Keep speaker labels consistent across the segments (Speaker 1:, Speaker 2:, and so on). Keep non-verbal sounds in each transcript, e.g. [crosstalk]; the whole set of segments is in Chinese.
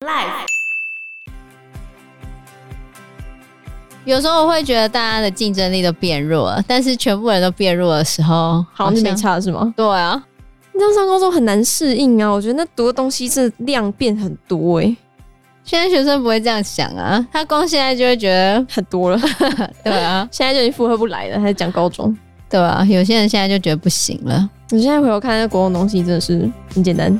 Speaker 1: life。
Speaker 2: 有时候我会觉得大家的竞争力都变弱了，但是全部人都变弱的时候，
Speaker 3: 好，那没。差是吗？
Speaker 2: 对啊，
Speaker 3: 那上高中很难适应啊，我觉得那读的东西真的量变很多哎、
Speaker 2: 现在学生不会这样想啊，他光现在就会觉得，
Speaker 3: 很多了，
Speaker 2: 对啊，
Speaker 3: [laughs] 现在就已经负荷不来了，还在讲高中。
Speaker 2: 对啊，有些人现在就觉得不行了。
Speaker 3: 你现在回头看那国中东西真的是很简单。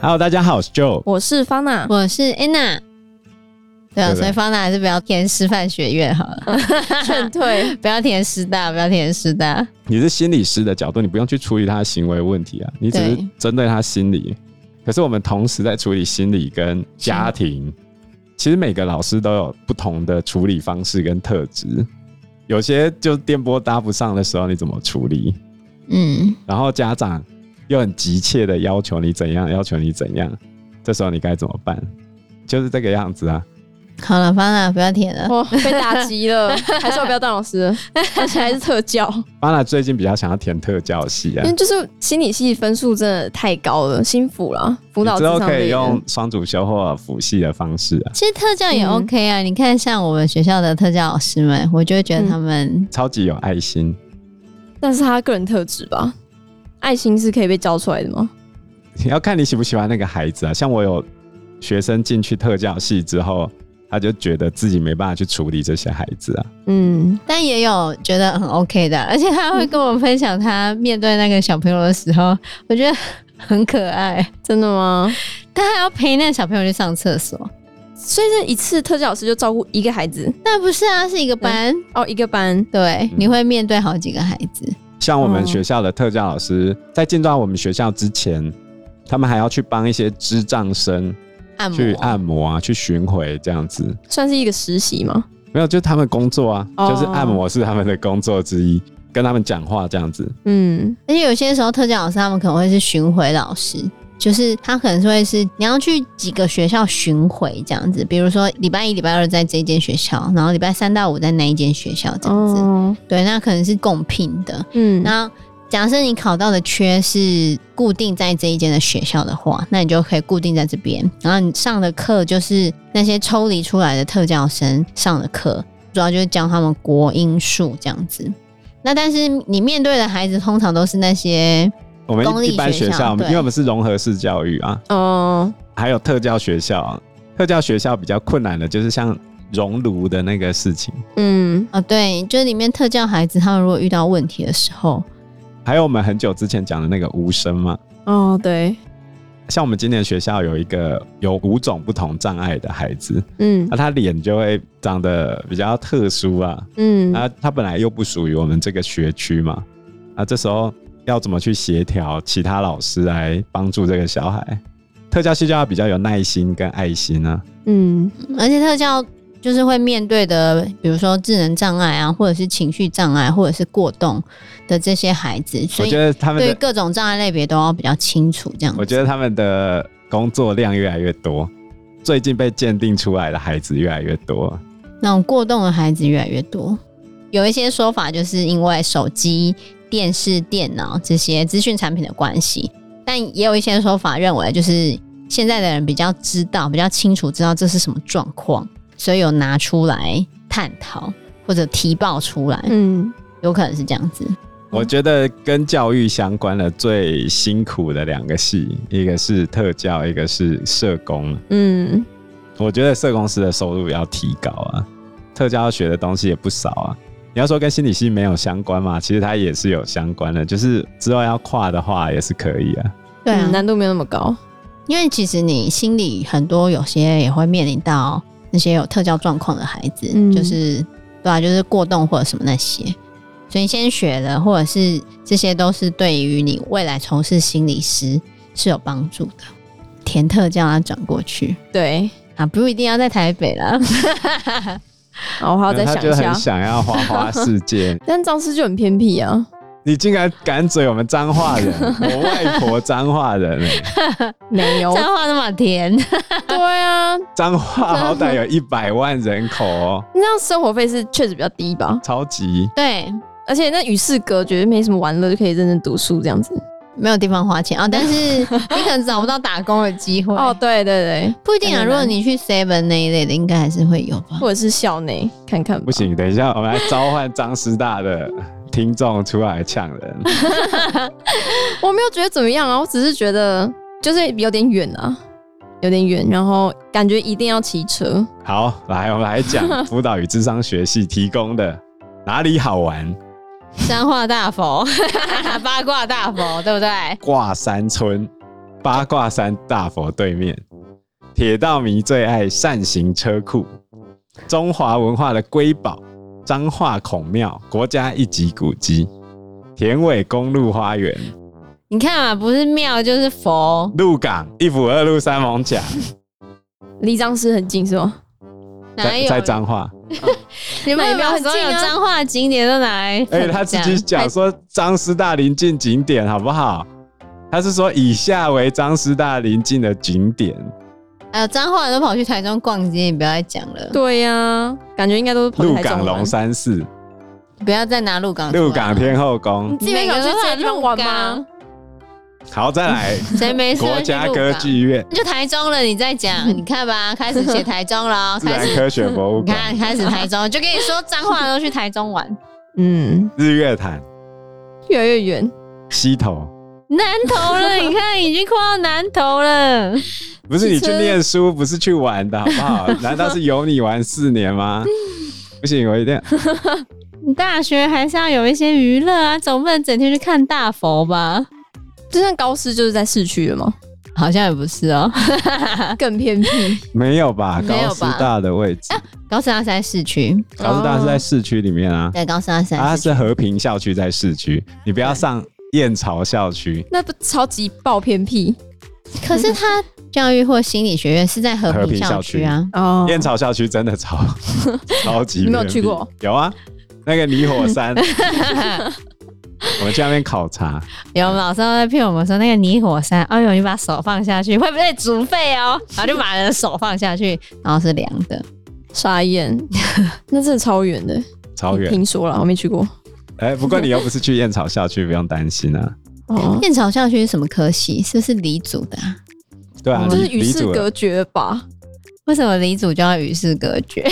Speaker 4: Hello，大家好，我是 Joe。
Speaker 3: 我是方娜，
Speaker 2: 我是 Anna，对啊，
Speaker 4: 对
Speaker 2: 所以方娜还是不要填师范学院好
Speaker 3: [laughs]
Speaker 2: 了，
Speaker 3: [laughs] 劝 [laughs] 退。
Speaker 2: 不要填师大，不要填师大。
Speaker 4: 你是心理师的角度，你不用去处理他的行为问题啊，你只是
Speaker 2: 对
Speaker 4: 针对他心理。可是我们同时在处理心理跟家庭，其实每个老师都有不同的处理方式跟特质。有些就电波搭不上的时候，你怎么处理？
Speaker 2: 嗯，
Speaker 4: 然后家长又很急切的要求你怎样，要求你怎样，这时候你该怎么办？就是这个样子啊。
Speaker 2: 好了，方娜不要填了。
Speaker 3: 哦，被打击 [laughs] 了，还是我不要当老师了，而且还是特教，
Speaker 4: [laughs] 巴娜最近比较想要填特教系啊
Speaker 3: 因为，就是心理系分数真的太高了，心辅了，辅导
Speaker 4: 你
Speaker 3: 智
Speaker 4: 之后
Speaker 3: 商
Speaker 4: 可
Speaker 3: 类
Speaker 4: 以
Speaker 3: 的
Speaker 4: 用双主修或辅系的方式啊。
Speaker 2: 其实特教也
Speaker 3: 嗯
Speaker 2: OK 啊，你看像我们学校的特教老师们，我就会
Speaker 3: 嗯
Speaker 2: 觉得他们
Speaker 4: 超级有爱心， [laughs]
Speaker 3: 那是他个人特质吧？爱心是可以被教出来的吗？
Speaker 4: 要看你喜不喜欢那个孩子啊。像我有学生进去特教系之后，他就觉得自己没办法去处理这些孩子啊。
Speaker 3: 嗯，
Speaker 2: 但也有觉得很 OK 的，而且他会跟我分享他面对那个小朋友的时候，我觉得很可爱。 [laughs]
Speaker 3: 真的吗？
Speaker 2: 他还要陪那个小朋友去上厕所，
Speaker 3: 所以这一次特教老师就照顾一个孩子
Speaker 2: 那不是啊，是一个班。
Speaker 3: 哦，一个班，
Speaker 2: 对
Speaker 4: 嗯，
Speaker 2: 你会面对好几个孩子，
Speaker 4: 像我
Speaker 2: 嗯
Speaker 4: 们
Speaker 3: 哦
Speaker 4: 学校的特教老师，在进到我们学校之前，他们还要去帮一些智障生
Speaker 2: 按摩，
Speaker 4: 去按摩啊，去巡回这样子。
Speaker 3: 算是一个实习吗？
Speaker 4: 没有，就是他们工作啊，
Speaker 3: 哦
Speaker 4: 就是按摩是他们的工作之一，跟他们讲话这样子。
Speaker 3: 嗯，
Speaker 2: 而且有些时候特教老师他们可能会是巡回老师，就是他可能是会是你要去几个学校巡回这样子，比如说礼拜一、礼拜二在这一间学校，然后礼拜三到五在那一间学校这样子。
Speaker 3: 哦，
Speaker 2: 对，那可能是共聘的。
Speaker 3: 嗯，
Speaker 2: 那假设你考到的缺是固定在这一间的学校的话，那你就可以固定在这边。然后你上的课就是那些抽离出来的特教生上的课，主要就是教他们国音数这样子。那但是你面对的孩子通常都是那些
Speaker 4: 我们
Speaker 2: 公立
Speaker 4: 一般
Speaker 2: 学
Speaker 4: 学
Speaker 2: 校
Speaker 4: 校，
Speaker 2: 对
Speaker 4: 因为我们是融合式教育啊，
Speaker 3: 哦，
Speaker 4: 还有特教学校，特教学校比较困难的就是像熔炉的那个事情，
Speaker 3: 嗯，
Speaker 2: 啊、对，就是里面特教孩子他们如果遇到问题的时候，
Speaker 4: 还有我们很久之前讲的那个无声嘛。
Speaker 3: 哦，对，
Speaker 4: 像我们今年学校有一个有五种不同障碍的孩子，
Speaker 3: 嗯
Speaker 4: 那、他脸就会长得比较特殊啊，
Speaker 3: 嗯，
Speaker 4: 啊，他本来又不属于我们这个学区嘛，啊，这时候要怎么去协调其他老师来帮助这个小孩？特教系就要比较有耐心跟爱心啊，
Speaker 3: 嗯，
Speaker 2: 而且特教就是会面对的，比如说智能障碍啊，或者是情绪障碍，或者是过动的这些孩子，所
Speaker 4: 我
Speaker 2: 以
Speaker 4: 觉得他们
Speaker 2: 对
Speaker 4: 的，
Speaker 2: 各种障碍类别都要比较清楚。这样子，
Speaker 4: 我觉得他们的工作量越来越多，最近被鉴定出来的孩子越来越多，
Speaker 2: 那种过动的孩子越来越多。有一些说法就是因为手机、电视、电脑这些资讯产品的关系，但也有一些说法认为，就是现在的人比较知道、比较清楚知道这是什么状况，所以有拿出来探讨或者提报出来，
Speaker 3: 嗯，
Speaker 2: 有可能是这样子。
Speaker 4: 我觉得跟教育相关的最辛苦的两个系，一个是特教，一个是社工。
Speaker 3: 嗯，
Speaker 4: 我觉得社工师的收入要提高啊，特教要学的东西也不少啊。你要说跟心理系没有相关嘛，其实它也是有相关的，就是之后要跨的话也是可以啊。
Speaker 2: 对啊
Speaker 3: 嗯，难度没有那么高。
Speaker 2: 因为其实你心里很多有些也会面临到那些有特教状况的孩子，
Speaker 3: 嗯
Speaker 2: 就是对啊，就是过动或者什么那些，所以先学了，或者是这些都是对于你未来从事心理师是有帮助的。填特教要转过去
Speaker 3: 对，
Speaker 2: 啊，不一定要在台北啦。 [laughs]
Speaker 3: 好，我还要再
Speaker 4: 他
Speaker 3: 想
Speaker 4: 就
Speaker 3: 一
Speaker 4: 很
Speaker 3: 下。
Speaker 4: 想要花花世界，
Speaker 3: 但张师就很偏僻啊，
Speaker 4: 你竟然敢嘴我们彰化人，我外婆彰化人、欸，
Speaker 2: [laughs]
Speaker 3: 没有
Speaker 2: 彰化那么甜，
Speaker 3: 对啊，
Speaker 4: 彰化好歹有一百万人口哦，
Speaker 3: 那样生活费是确实比较低吧，
Speaker 4: 超级。
Speaker 2: [laughs] 对，
Speaker 3: 而且那与世隔绝，没什么玩乐，就可以认真读书这样子。
Speaker 2: 没有地方花 [laughs] 钱啊、但是你可能找不到打工的机会
Speaker 3: 哦，
Speaker 2: 哦，
Speaker 3: 对对对，
Speaker 2: 不一定啊。
Speaker 3: 很难
Speaker 2: 如果你去 Seven 那一类的，应该还是会有吧。
Speaker 3: 或者是校内看看吧。
Speaker 4: 不行，等一下我们来召唤张师大的听众出来呛人。
Speaker 3: 我没有觉得怎么样啊，我只是觉得就是有点远啊，有点远，然后感觉一定要骑车。
Speaker 4: 好，来我们来讲辅导与智商学系提供的哪里好玩？
Speaker 2: 三化大佛、 [laughs] 八卦大佛，对不对？
Speaker 4: 挂山村八卦山大佛对面，铁道迷最爱扇形车库，中华文化的瑰宝彰化孔庙国家一级古迹，田尾公路花园，
Speaker 2: 你看啊，不是庙就是佛，
Speaker 4: 鹿港一府二路三艋甲，
Speaker 3: 离张师很近是吗？
Speaker 2: 哪
Speaker 4: 在
Speaker 2: 有
Speaker 4: 在彰化。
Speaker 2: 你们有没
Speaker 3: 没有
Speaker 2: 有
Speaker 3: 很
Speaker 2: 所有
Speaker 3: 近啊
Speaker 2: 彰化景点都拿来分
Speaker 4: 而且
Speaker 2: 享？
Speaker 4: 哎他自己讲
Speaker 2: 哎
Speaker 4: 说张师大临近景点好不好？他是说以下为张师大临近的景点，
Speaker 2: 哎呦，彰化人都跑去台中逛街，你不要再讲了，
Speaker 3: 对呀、感觉应该都是跑去
Speaker 4: 鹿
Speaker 3: 台中
Speaker 4: 港
Speaker 3: 玩
Speaker 4: 龙山寺、
Speaker 2: 不要再拿鹿港出来
Speaker 4: 鹿港天后宫
Speaker 3: 你。自己没想去这些地方玩吗？
Speaker 4: 好，再来
Speaker 2: 谁没事嗯
Speaker 4: 国
Speaker 2: 会去
Speaker 4: 家
Speaker 2: 鹿
Speaker 4: 歌
Speaker 2: 港？
Speaker 4: 剧院、
Speaker 2: 你就台中了，你再讲，你看吧，开始写台中了哦，
Speaker 4: [laughs] 自然
Speaker 2: 开始
Speaker 4: 科学博物
Speaker 2: 你看
Speaker 4: 馆、
Speaker 2: 开始台中，就跟你说彰化人都去台中玩，
Speaker 3: 嗯，
Speaker 4: 日月潭、
Speaker 3: 越来越远。
Speaker 4: 溪头。
Speaker 2: 南投了，你看已经快到南投了，
Speaker 4: 不是你
Speaker 3: 汽
Speaker 4: 去
Speaker 3: 车
Speaker 4: 念书，不是去玩的好不好？
Speaker 2: [laughs]
Speaker 4: 难道是有你玩四年吗？不行，我一定
Speaker 2: 你大学还是要有一些娱乐啊，总不能整天去看大佛吧？
Speaker 3: 就像高师就是在市区了吗？
Speaker 2: [laughs] 好像也不是哦，
Speaker 3: [laughs] 更偏僻。
Speaker 4: 没有吧？
Speaker 2: 没有吧啊
Speaker 4: 高师大的位置，
Speaker 2: 高山是在市区，
Speaker 4: 高师大是在市区里面啊。
Speaker 2: 对，高山是在市区
Speaker 4: 啊，它是和平校区在市区，你不要上燕巢校区。
Speaker 3: [laughs] 那不超级爆偏僻
Speaker 2: 可是他教育或心理学院是在和平校区啊，
Speaker 3: 哦
Speaker 4: 燕巢校区真的超超级
Speaker 3: 你没有
Speaker 4: 偏
Speaker 3: 去
Speaker 4: 僻
Speaker 3: 过？
Speaker 4: 有啊，那个离
Speaker 2: [laughs]
Speaker 4: 火山，我们去那边考察。
Speaker 2: [laughs] 有我们老师都在骗我们说那个泥火山，哎呦，你把手放下去会不会煮沸 [laughs] 哦？然后就把人的手放下去，然后是凉的。
Speaker 3: 沙燕， [laughs] 那真的超远的。
Speaker 4: 超远。
Speaker 3: 听说了，我没去过。
Speaker 4: 哎、不过你又不是去燕巢校区，不用担心
Speaker 3: [laughs]
Speaker 4: 啊。
Speaker 3: 哦，
Speaker 2: 燕巢校区是什么科系？是不是理组的、啊？
Speaker 4: 对啊，
Speaker 3: 就
Speaker 4: 李
Speaker 3: 是与
Speaker 4: 李
Speaker 3: 世
Speaker 4: 主任
Speaker 3: 隔绝吧？
Speaker 2: 为什么理组就要与世隔绝？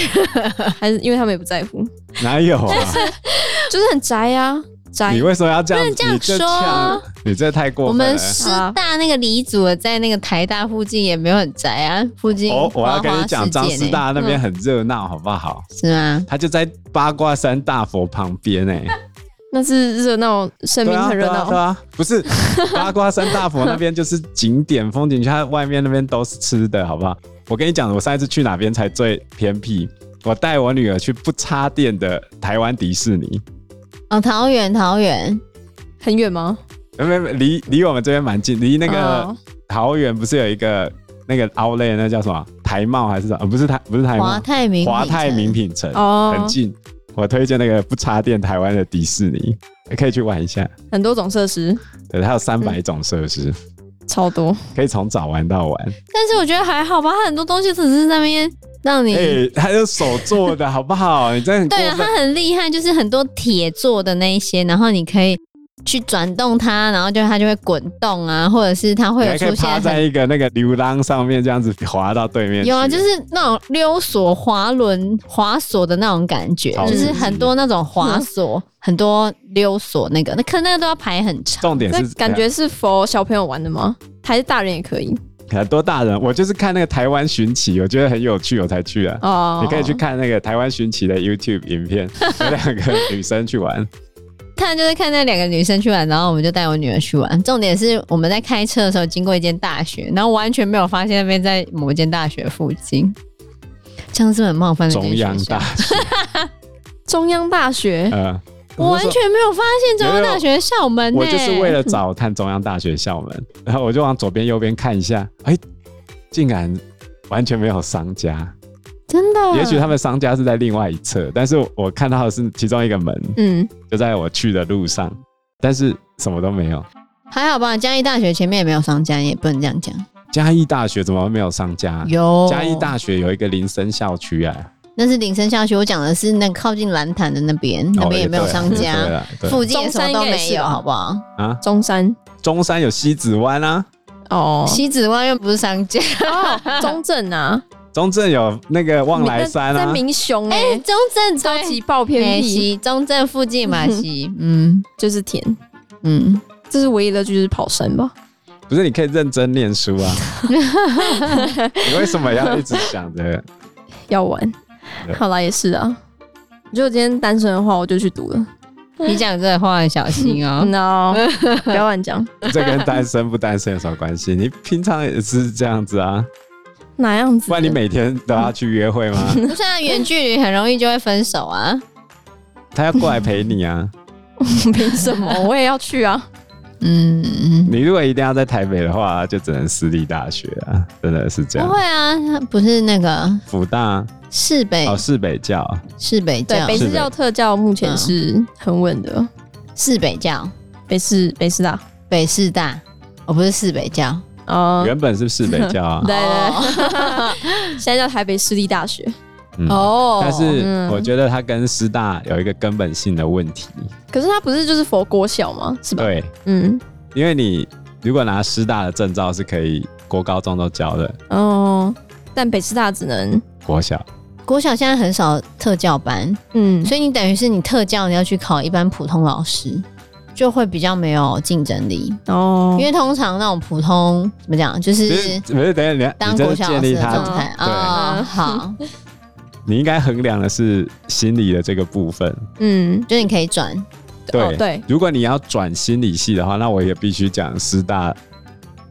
Speaker 3: 还是因为他们也不在乎，
Speaker 4: [laughs] 哪有啊？
Speaker 3: [laughs] 就是很宅啊，宅
Speaker 4: 你。为什么要这样？
Speaker 2: 哎不能
Speaker 4: 你
Speaker 2: 这样
Speaker 4: 这
Speaker 2: 说啊
Speaker 4: 呛，你这太过
Speaker 2: 我
Speaker 4: 分
Speaker 2: 们
Speaker 4: 了。
Speaker 2: 师大那个理组的在那个台大附近也没有很宅啊，附近
Speaker 4: 哦，我要跟
Speaker 2: 花花
Speaker 4: 你
Speaker 2: 世界
Speaker 4: 讲，张师
Speaker 2: 呢嗯
Speaker 4: 大那边很热闹，好不好？
Speaker 2: 是吗？
Speaker 4: 他就在八卦山大佛旁
Speaker 2: [laughs]
Speaker 4: 边哎、
Speaker 3: 那是热闹，生
Speaker 4: 对
Speaker 3: 命
Speaker 4: 啊，
Speaker 3: 很热
Speaker 4: 对啊对
Speaker 3: 闹。
Speaker 4: 啊，不是 [laughs] 八卦山大佛那边就是景点风景区，它外面那边都是吃的，好不好？我跟你讲，我上一次去哪边才最偏僻？我带我女儿去不插电的台湾迪士尼，
Speaker 2: 哦，桃园，桃园，
Speaker 3: 很远吗？
Speaker 4: 呃没没离离我们这边蛮近，离那个
Speaker 3: 哦
Speaker 4: 桃园不是有一个那个 Outlet，那叫什么台贸还是什么？呃不是台不是台
Speaker 2: 华
Speaker 4: 贸，
Speaker 2: 泰名
Speaker 4: 华
Speaker 2: 品
Speaker 4: 泰
Speaker 2: 城
Speaker 4: 名品城，
Speaker 3: 哦
Speaker 4: 很近。我推荐那个不插电台湾的迪士尼，可以去玩一下。
Speaker 3: 很多种设施，
Speaker 4: 对，它有三
Speaker 2: 嗯
Speaker 4: 百种设施，
Speaker 3: 超多。
Speaker 4: 可以从早玩到晚。
Speaker 2: 但是我觉得还好吧，他很多东西只是在那边让你。
Speaker 4: 哎、他是手做的好不好？你真的很
Speaker 2: 对啊，
Speaker 4: 过分。
Speaker 2: 他很厉害，就是很多铁做的那一些，然后你可以去转动它，然后就它就会滚动啊，或者是它会
Speaker 4: 你
Speaker 2: 有
Speaker 4: 还可
Speaker 2: 出
Speaker 4: 以趴
Speaker 2: 现
Speaker 4: 在
Speaker 2: 很
Speaker 4: 一个那个流浪上面，这样子滑到对面去。
Speaker 2: 有啊，就是那种溜索滑轮滑索的那种感觉
Speaker 4: 超，
Speaker 2: 就
Speaker 4: 刺
Speaker 2: 是
Speaker 4: 激
Speaker 2: 很多那种滑索，很多溜索那个，那可那个都要排很长。
Speaker 4: 重点
Speaker 3: 那
Speaker 4: 是
Speaker 3: 感觉是否小朋友玩的吗？还是大人也可以？
Speaker 4: 啊很多大人，我就是看那个台湾巡棋，我觉得很有趣，我才去啊。
Speaker 3: 哦，
Speaker 4: 你可以去看那个台湾巡棋的 YouTube 影
Speaker 2: [laughs]
Speaker 4: 片，有两个女生去玩，
Speaker 2: 看就是看那两个女生去玩，然后我们就带我女儿去玩。重点是我们在开车的时候经过一间大学，然后完全没有发现那边在某一间大学附近，这样是不是很冒犯的
Speaker 4: 中央大，
Speaker 3: 中央大学，
Speaker 4: 呃，
Speaker 2: 我完全没有发现中央大学校门、欸呢。
Speaker 4: 我就是为了找看中央大学校门，然后我就往左边右边看一下，哎、竟然完全没有商家，
Speaker 2: 真的，
Speaker 4: 也许他们商家是在另外一侧，但是我看到的是其中一个门，
Speaker 3: 嗯，
Speaker 4: 就在我去的路上，但是什么都没有。
Speaker 2: 还好吧。嘉义大学前面也没有商家，也不能这样讲。
Speaker 4: 嘉义大学怎么会没有商家？
Speaker 2: 有
Speaker 4: 啊嘉义，大学有一个林森校区啊，
Speaker 2: 那是林森校区，我讲的是那个靠近蓝潭的那边，那边也没有商
Speaker 4: 哦也对
Speaker 2: 家，
Speaker 4: 了也对了对
Speaker 2: 附近也什么都
Speaker 3: 中山应该也
Speaker 2: 没
Speaker 3: 是
Speaker 2: 有，
Speaker 3: 吧
Speaker 2: 好不好？
Speaker 4: 啊，
Speaker 3: 中山
Speaker 4: 中山有西子湾啊，
Speaker 2: [laughs]
Speaker 3: 哦
Speaker 2: 西子湾又不是商家，
Speaker 3: 哦，中正啊，
Speaker 4: 中正有那个望来山
Speaker 3: 在
Speaker 4: 啊，
Speaker 3: 民雄哎、
Speaker 2: 哎，中哎正
Speaker 3: 超
Speaker 2: 对
Speaker 3: 级爆
Speaker 2: 美
Speaker 3: 偏僻，
Speaker 2: 西中正附近 [laughs] 嘛，西，嗯
Speaker 3: 就是田，
Speaker 2: 嗯，
Speaker 3: 这是唯一的乐趣就是跑山吧？
Speaker 4: 不是？你可以认真念书
Speaker 3: [laughs]
Speaker 4: 啊。你为什么要一直想着？ [laughs]
Speaker 3: 要玩
Speaker 4: 对，
Speaker 3: 好啦，也是啊。如果今天单身的话，我就去读了。
Speaker 2: 你讲这话很小心
Speaker 4: 啊
Speaker 2: 哦。
Speaker 3: no，不要乱讲，
Speaker 4: 这跟单身不单身有什么关系？你平常也是这样子啊，
Speaker 3: 哪样子
Speaker 4: 不？然你每天都要去
Speaker 3: [laughs]
Speaker 4: 约会吗？
Speaker 2: 不是啊，远距离很容易就会分手啊。
Speaker 4: 他要过来陪你啊。
Speaker 3: 凭什么？我也要去啊！
Speaker 2: 嗯嗯，
Speaker 4: 你如果一定要在台北的话，就只能私立大学啊，真的是这
Speaker 2: 不
Speaker 4: 样。
Speaker 2: 会啊，不是那个
Speaker 4: 福大
Speaker 2: 市北
Speaker 4: 哦，市北教
Speaker 2: 市北
Speaker 3: 对，
Speaker 2: 教
Speaker 3: 北师教、特教目前是很稳的，
Speaker 2: 市北教
Speaker 3: 北师北师大，
Speaker 2: 北师大，我不是市北教，
Speaker 3: 哦，
Speaker 4: 原本是市北教啊，
Speaker 3: [laughs] 对对对， [laughs] 现在叫台北市立大学，
Speaker 4: 嗯
Speaker 2: 哦
Speaker 4: 但是
Speaker 3: 嗯
Speaker 4: 我觉得它跟师大有一个根本性的问题，
Speaker 3: 可是它不是就是佛国小吗？是吧？
Speaker 4: 对，
Speaker 3: 嗯，
Speaker 4: 因为你如果拿师大的证照是可以国高中都教的，
Speaker 3: 哦，但北师大只能，
Speaker 4: 国小
Speaker 2: 国小现在很少特教班，
Speaker 3: 嗯，
Speaker 2: 所以你等于是你特教你要去考一般普通老师，就会比较没有竞争力。
Speaker 3: 哦，
Speaker 2: 因为通常那种普通怎么讲，就
Speaker 4: 其实
Speaker 2: 是
Speaker 4: 不是等一下你要
Speaker 2: 当
Speaker 4: 你真
Speaker 2: 国
Speaker 4: 的
Speaker 2: 小老
Speaker 4: 建
Speaker 2: 师
Speaker 4: 立
Speaker 2: 的状
Speaker 4: 它，
Speaker 2: 态啊、哦，好，
Speaker 4: 你应该衡量的是心理的这个部分，
Speaker 3: 嗯，
Speaker 2: 就是你可以转，
Speaker 4: 对、
Speaker 3: 哦对，
Speaker 4: 如果你要转心理系的话，那我也必须讲师大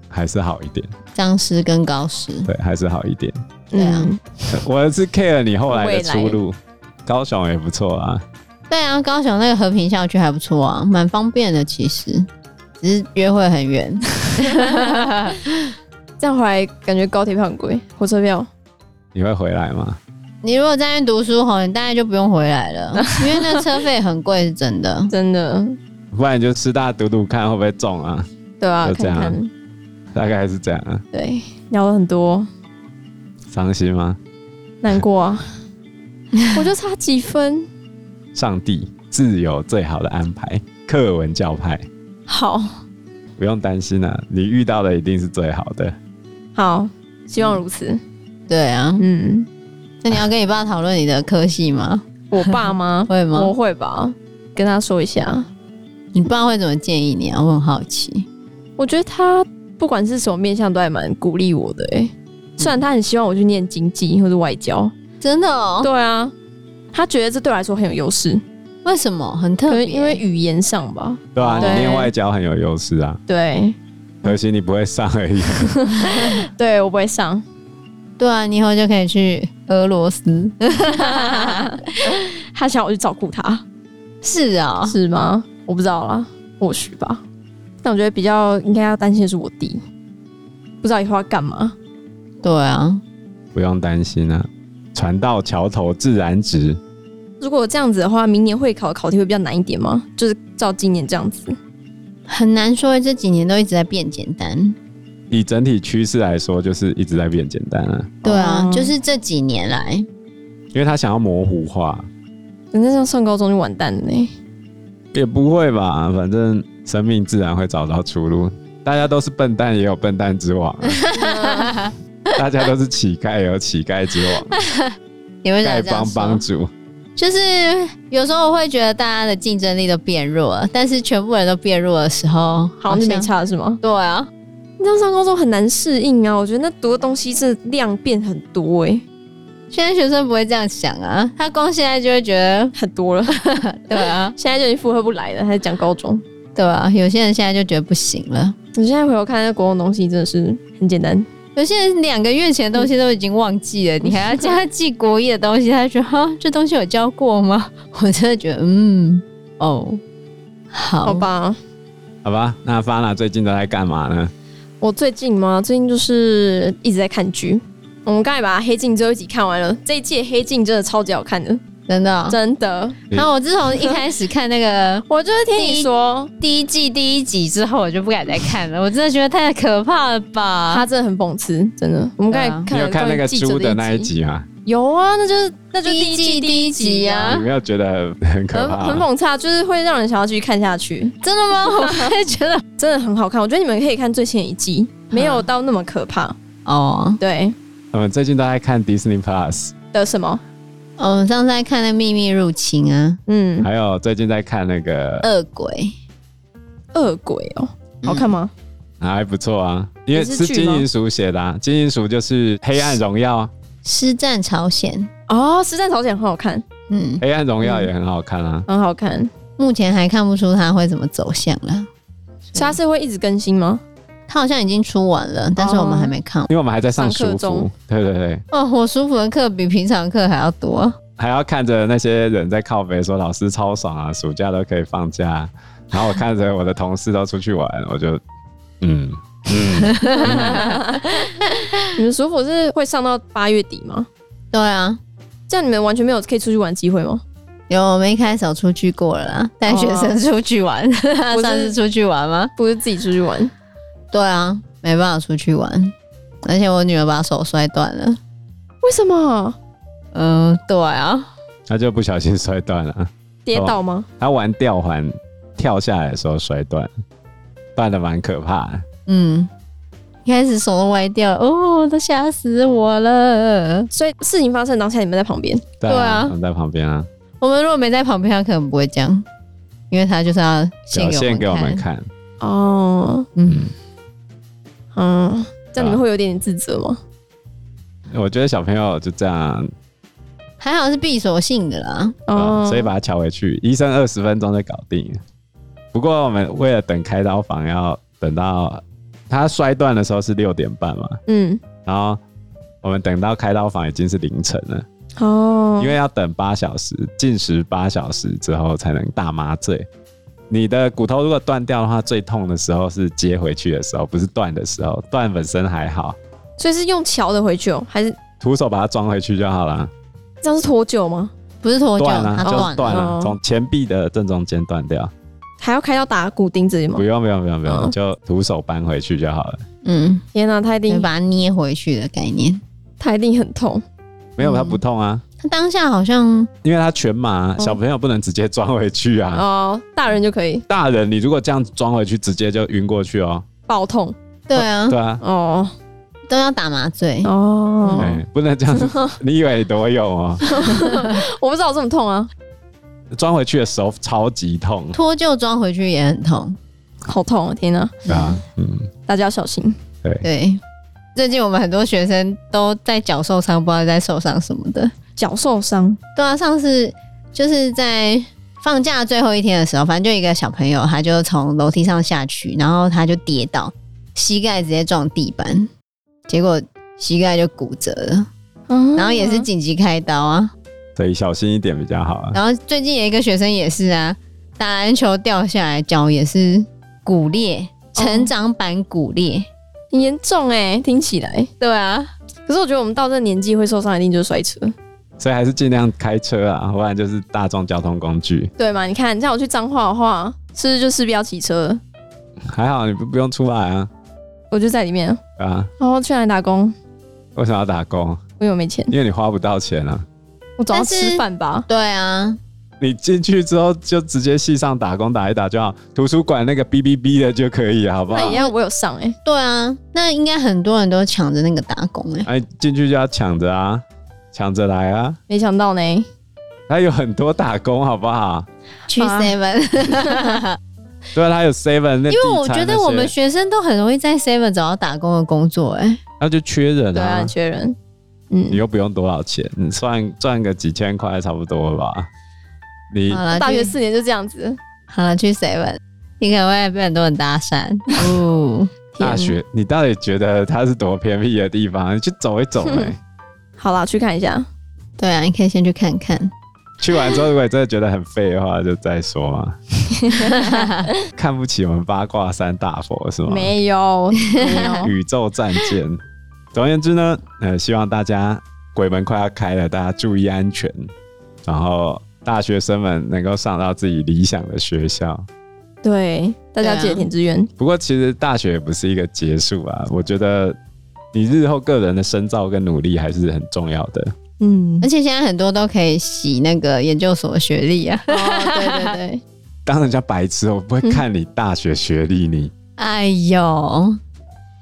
Speaker 4: 还是好一点，
Speaker 2: 张师跟高师，
Speaker 4: 对，还是好一
Speaker 2: [laughs]
Speaker 4: 点。
Speaker 2: 对啊
Speaker 3: 嗯
Speaker 4: 我是 care 你后来
Speaker 3: 未
Speaker 4: 的
Speaker 3: 来
Speaker 4: 出路，高雄也不错啊。
Speaker 2: 对啊，高雄那个和平校区还不错啊，蛮方便的，其实只是约会很远。
Speaker 3: [laughs] 这样回来感觉高铁票很贵，火车票
Speaker 4: 你会回来吗？
Speaker 2: 你如果在那边读书吼，你大概就不用回来了，因为那车费很贵，是真的。
Speaker 3: 真的，
Speaker 4: 不然你就师大赌赌看会不会中啊？
Speaker 3: 对啊，
Speaker 4: 就这
Speaker 3: 看
Speaker 4: 样啊
Speaker 3: 看，
Speaker 4: 大概是这样啊。
Speaker 3: 对，聊了很多，
Speaker 4: 伤心吗？
Speaker 3: 难过 [laughs] 啊，我就差几分，
Speaker 4: 上帝自有最好的安排，课文教派
Speaker 3: 好
Speaker 4: 不用担心啊，你遇到的一定是最好的。
Speaker 3: 好，希望如此，
Speaker 2: 对啊，
Speaker 3: 嗯，
Speaker 2: 那你要跟你爸讨论你的科系吗？
Speaker 3: 我爸妈
Speaker 2: 会吗
Speaker 3: 我 [laughs] 会吧，跟他说一下，
Speaker 2: 你爸会怎么建议你啊？我很好奇。
Speaker 3: 我觉得他不管是什么面向都还蛮鼓励我的、欸，虽然他很希望我去念经济或者外交，
Speaker 2: 真的哦？
Speaker 3: 对啊，他觉得这对我来说很有优势，
Speaker 2: 为什么很特
Speaker 3: 可能
Speaker 2: 别？
Speaker 3: 因为语言上吧，
Speaker 4: 对啊，
Speaker 3: 对
Speaker 4: 你念外交很有优势啊，
Speaker 3: 对，
Speaker 4: 可惜你不会上而已。 [laughs]
Speaker 3: 对我不会 [laughs] 上，
Speaker 2: 对啊，你以后就可以去俄罗斯。
Speaker 3: 他想我去照顾他，
Speaker 2: 是啊、
Speaker 3: 是吗？我不知道啦，或许吧。但我觉得比较应该要担心的是我弟，不知道以后要干嘛。
Speaker 2: 对啊，
Speaker 4: 不用担心啊，船到桥头自然直。
Speaker 3: 如果这样子的话，明年会考的考题会比较难一点吗？就是照今年这样子，
Speaker 2: 很难说。这几年都一直在变简单。
Speaker 4: 以整体趋势来说，就是一直在变简单啊，
Speaker 2: 对啊，
Speaker 3: 哦
Speaker 2: 就是这几年来，
Speaker 4: 因为他想要模糊化，
Speaker 3: 人家这样上高中就完蛋了呢、
Speaker 4: 也不会吧，反正生命自然会找到出路。大家都是笨蛋，也有笨蛋之王啊、
Speaker 2: [laughs]
Speaker 4: 大家都是乞丐，也有乞丐之王啊、
Speaker 2: 你为什么
Speaker 4: 丐
Speaker 2: 这样
Speaker 4: 帮
Speaker 2: 说？
Speaker 4: 帮主。
Speaker 2: 就是有时候我会觉得大家的竞争力都变弱了，但是全部人都变弱的时候，
Speaker 3: 好，那没。差是吗？
Speaker 2: 对啊，
Speaker 3: 你这样上高中很难适应啊，我觉得那读的东西是量变很多欸诶、
Speaker 2: 现在学生不会这样想啊，他光现在就会觉得，
Speaker 3: 很多了， [laughs]
Speaker 2: 对啊，
Speaker 3: 现在就已经负荷不来了，还在讲高中。
Speaker 2: 对啊，有些人现在就觉得不行了，
Speaker 3: 我现在回头看那国中东西真的是很简单，
Speaker 2: 有些人两个月前的东西都已经忘记了，你还要叫他记国一的东西，他就说哈，这东西有教过吗？ [laughs] 我真的觉得，嗯，哦，好，
Speaker 3: 好吧？
Speaker 4: 好吧，那 Fana 最近都在干嘛呢？
Speaker 3: 我最近吗？最近就是一直在看剧。我们刚才把《黑镜》最后一集看完了，这一季《黑镜》真的超级好看的，
Speaker 2: 真的哦、
Speaker 3: 真的。
Speaker 2: 然后我自从一开始看那个
Speaker 3: 我就是听你说，
Speaker 2: 第一季第一集之后，我就不敢再看了。我真的觉得太可怕了吧？
Speaker 3: 他真的很讽刺，真的。我们刚才
Speaker 2: 对啊
Speaker 3: 看
Speaker 4: 你有
Speaker 3: 了
Speaker 4: 看那
Speaker 3: 关于
Speaker 4: 个
Speaker 3: 记者
Speaker 4: 猪的那
Speaker 3: 一
Speaker 4: 一，集吗？
Speaker 3: 有啊，那就是那就是
Speaker 2: 第
Speaker 3: 第
Speaker 2: 一
Speaker 3: 一
Speaker 2: 季
Speaker 3: 季
Speaker 2: 第
Speaker 3: 第
Speaker 2: 一
Speaker 3: 一
Speaker 2: 集
Speaker 3: 集
Speaker 2: 啊
Speaker 3: 啊
Speaker 4: [laughs] 你，没有觉得很很可
Speaker 3: 很
Speaker 4: 怕
Speaker 3: 很
Speaker 4: 吗？
Speaker 3: 讽刺，啊就是会让人想要继续看下去。
Speaker 2: [laughs] 真的 [laughs] 吗？
Speaker 3: 我也觉得真的很好看，我觉得你们可以看最新的一季，
Speaker 2: 嗯
Speaker 3: 没有到那么可怕。
Speaker 2: 哦，
Speaker 3: 对
Speaker 4: 嗯，最近都在看 Disney Plus，
Speaker 3: 的什么？
Speaker 2: 哦我们上次在看那《秘密入侵》啊，
Speaker 3: 嗯，
Speaker 4: 还有最近在看那个，
Speaker 3: 呃
Speaker 2: 恶鬼，
Speaker 3: 恶鬼哦，
Speaker 4: 嗯
Speaker 3: 好看吗？
Speaker 4: 啊还不错啊，因为
Speaker 3: 也是
Speaker 4: 是
Speaker 3: 剧
Speaker 4: 金
Speaker 3: 吗嗯
Speaker 4: 银鼠写的、啊，金银鼠就是《黑暗荣耀》，《
Speaker 2: 师战朝鲜，
Speaker 3: 哦，《实战朝鲜》很好看，
Speaker 2: 嗯，
Speaker 4: 黑暗荣耀》也很好看啊。
Speaker 3: 很好看。
Speaker 2: 目前还看不出它会怎么走向了。
Speaker 3: 所以它是会一直更新吗？
Speaker 2: 它好像已经出完了，但是我们还没看完。
Speaker 4: 因为我们还在上
Speaker 3: 上课
Speaker 4: 书服
Speaker 3: 中，
Speaker 4: 对对对，
Speaker 2: 哦，我舒服的课比平常课还要多。
Speaker 4: 还要看着那些人在靠北说老师超爽啊，暑假都可以放假。然后我看着我的同事都出去玩，我就嗯嗯，
Speaker 3: 你们舒服是会上到八月底吗？
Speaker 2: 对啊，
Speaker 3: 这样你们完全没有可以出去玩的机会吗？
Speaker 2: 有我们一开始有出去过了啦，带学生出去玩， [laughs]
Speaker 3: 不是
Speaker 2: 算是出去玩吗？
Speaker 3: 不是自己出去玩，
Speaker 2: 对啊，没办法出去玩，而且我女儿把手摔断了。
Speaker 3: 为什么？
Speaker 2: 嗯、对啊，
Speaker 4: 他就不小心摔断了。
Speaker 3: 跌倒吗？
Speaker 4: 他玩吊环跳下来的时候摔断，断的蛮可怕的。
Speaker 2: 嗯，一开始手都歪掉了，哦，都吓死我了。
Speaker 3: 所以事情发生当下你们在旁边，
Speaker 4: 对
Speaker 2: 对啊
Speaker 4: 我们在旁边啊，
Speaker 2: 我们如果没在旁边，他可能不会这样，因为他就是要
Speaker 4: 表
Speaker 2: 献给我
Speaker 4: 现
Speaker 2: 们
Speaker 4: 给我们
Speaker 2: 看。
Speaker 4: 看。
Speaker 3: 哦，
Speaker 2: 嗯，
Speaker 3: 嗯，这
Speaker 4: 对
Speaker 3: 样
Speaker 4: 啊
Speaker 3: 你们会有点自责吗？
Speaker 4: 我觉得小朋友就这样，
Speaker 2: 还好是闭锁性的啦。
Speaker 3: 哦
Speaker 4: 啊所以把他调回去，医生二十分钟就搞定了。不过我们为了等开刀房，要等到他摔断的时候是六点半嘛，
Speaker 3: 嗯，
Speaker 4: 然后我们等到开刀房已经是凌晨了，
Speaker 3: 哦，
Speaker 4: 因为要等八小时，进食八小时之后才能大麻醉。你的骨头如果断掉的话，最痛的时候是接回去的时候，不是断的时候。断本身还好，
Speaker 3: 所以是用桥的回去哦，还是
Speaker 4: 徒手把它装回去就好了。
Speaker 3: 这样是脱臼吗？
Speaker 2: 不是脱臼，
Speaker 4: 断了
Speaker 2: 他
Speaker 4: 就
Speaker 2: 断了。
Speaker 4: 断了，
Speaker 3: 哦
Speaker 4: 从前臂的正中间断掉。
Speaker 3: 还要开到打骨钉子里吗
Speaker 4: 不？用不用不用不用，
Speaker 3: 嗯
Speaker 4: 就徒手搬回去就好了。
Speaker 2: 嗯，
Speaker 3: 天哪、他一
Speaker 2: 你
Speaker 3: 定
Speaker 2: 把它捏回去的概念。
Speaker 3: 他一定很痛，
Speaker 4: 没有它不痛啊，
Speaker 2: 他当下好像
Speaker 4: 因为它全麻，
Speaker 3: 哦
Speaker 4: 小朋友不能直接装回去啊。
Speaker 3: 哦，大人就可以
Speaker 4: 大人你如果这样装回去，直接就晕过去哦。
Speaker 3: 爆痛
Speaker 2: 对啊，
Speaker 4: 对啊，
Speaker 3: 哦
Speaker 2: 都要打麻醉。
Speaker 3: 哦，
Speaker 4: 哎，不能这样子。你以为你多勇哦？
Speaker 3: [laughs] 我不知道有这么痛啊，
Speaker 4: 装回去的时候超级痛，
Speaker 2: 脱臼装回去也很痛。
Speaker 3: 好痛、哦！天哪、
Speaker 4: 对啊，嗯，
Speaker 3: 大家要小心。
Speaker 2: 对，最近我们很多学生都在脚受伤，不知道在受伤什么的。
Speaker 3: 脚受伤，
Speaker 2: 对啊，上次就是在放假最后一天的时候，反正就一个小朋友，他就从楼梯上下去，然后他就跌倒，膝盖直接撞地板，结果膝盖就骨折了，然
Speaker 3: 然
Speaker 2: 后也是紧急开刀啊。
Speaker 4: 所以小心一点比较好啊。
Speaker 2: 然后最近有一个学生也是啊，打篮球掉下来，脚也是骨裂，
Speaker 3: 哦
Speaker 2: 成长版骨裂。
Speaker 3: 很严重哎、听起来。
Speaker 2: 对啊，
Speaker 3: 可是我觉得我们到这个年纪会受伤，一定就是摔车，
Speaker 4: 所以还是尽量开车啊，不然就是大众交通工具。
Speaker 3: 对吗？你看，像我去彰化的话，是不是就势必要骑车了？
Speaker 4: 还好你不不用出来啊，
Speaker 3: 我就在里面，
Speaker 4: 对啊，
Speaker 3: 然后去哪里打工？
Speaker 4: 为什么要打工？
Speaker 3: 我又没钱，
Speaker 4: 因为你花不到钱啊。
Speaker 3: 我总要
Speaker 2: 但是
Speaker 3: 吃饭吧？
Speaker 2: 对啊，
Speaker 4: 你进去之后就直接系上打工打一打就好，图书馆那个哔哔哔的就可以了，好不好
Speaker 3: 那？一样，我有上哎、
Speaker 2: 对啊，那应该很多人都抢着那个打工哎、
Speaker 4: 哎，进去就要抢着啊，抢着来啊！
Speaker 3: 没想到呢。
Speaker 4: 它有很多打工，好不好？
Speaker 2: 去
Speaker 3: 啊
Speaker 2: Seven，、
Speaker 4: 对啊，它有 seven
Speaker 2: 因
Speaker 4: 那
Speaker 2: 为我
Speaker 4: 地产
Speaker 2: 觉得
Speaker 4: 那些
Speaker 2: 我们学生都很容易在 Seven 找到打工的工作哎、
Speaker 4: 那就缺人
Speaker 3: 对啊，
Speaker 4: 啊
Speaker 3: 很，缺人。
Speaker 4: 你
Speaker 3: 嗯，
Speaker 4: 又不用多少钱，你算赚个几千块差不多了吧？你
Speaker 2: 好了，
Speaker 3: 大学
Speaker 2: 去
Speaker 3: 四年就这样子。
Speaker 2: 好了，去 Seven，你可能会被很多人搭讪哦。
Speaker 4: 大学你到底觉得它是多偏僻的地方？你去走一走哎、
Speaker 3: 哼好啦，去看一下。
Speaker 2: 对啊，你可以先去看看。
Speaker 4: 去完之后，如果你真的觉得很废的话，就再
Speaker 3: [laughs]
Speaker 4: 说嘛。看不起我们八卦山大佛是吗？
Speaker 3: 没有，没
Speaker 4: [laughs]
Speaker 3: 有。
Speaker 4: 宇宙战舰。总而言之呢，呃，希望大家鬼门快要开了，大家注意安全，然后大学生们能够上到自己理想的学校。
Speaker 3: 对，大家记
Speaker 2: 对啊
Speaker 3: 得填志愿。
Speaker 4: 不过，其实大学也不是一个结束啊，我觉得你日后个人的深造跟努力还是很重要的。
Speaker 3: 嗯
Speaker 2: 而且现在很多都可以洗那个研究所的学历啊。
Speaker 3: 哦，对对对，
Speaker 4: 当人家白痴，我不会看你大学学历，你
Speaker 2: [laughs] 哎呦，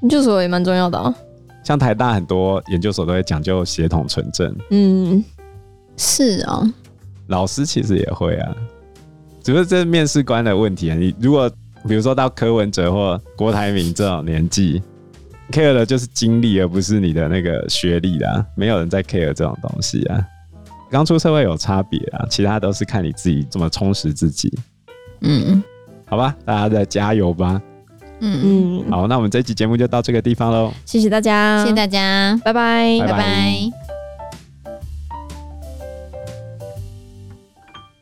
Speaker 3: 研究所也蛮重要的、啊。
Speaker 4: 像台大很多研究所都会讲究协同纯正，
Speaker 3: 嗯，
Speaker 2: 是哦，
Speaker 4: 老师其实也会啊，只是这是面试官的问题啊。你如果比如说到柯文哲或郭台铭这种年纪，care 的就是经历，而不是你的那个学历啦。没有人在 care 这种东西啊。刚出社会有差别啊，其他都是看你自己怎么充实自己，
Speaker 2: 嗯
Speaker 4: 好吧？大家再加油吧。
Speaker 2: 嗯
Speaker 3: 嗯，
Speaker 4: 好，那我们这期节目就到这个地方喽，
Speaker 3: 谢谢大家，
Speaker 2: 嗯，谢谢大家，
Speaker 3: 拜拜
Speaker 4: 拜
Speaker 2: 拜拜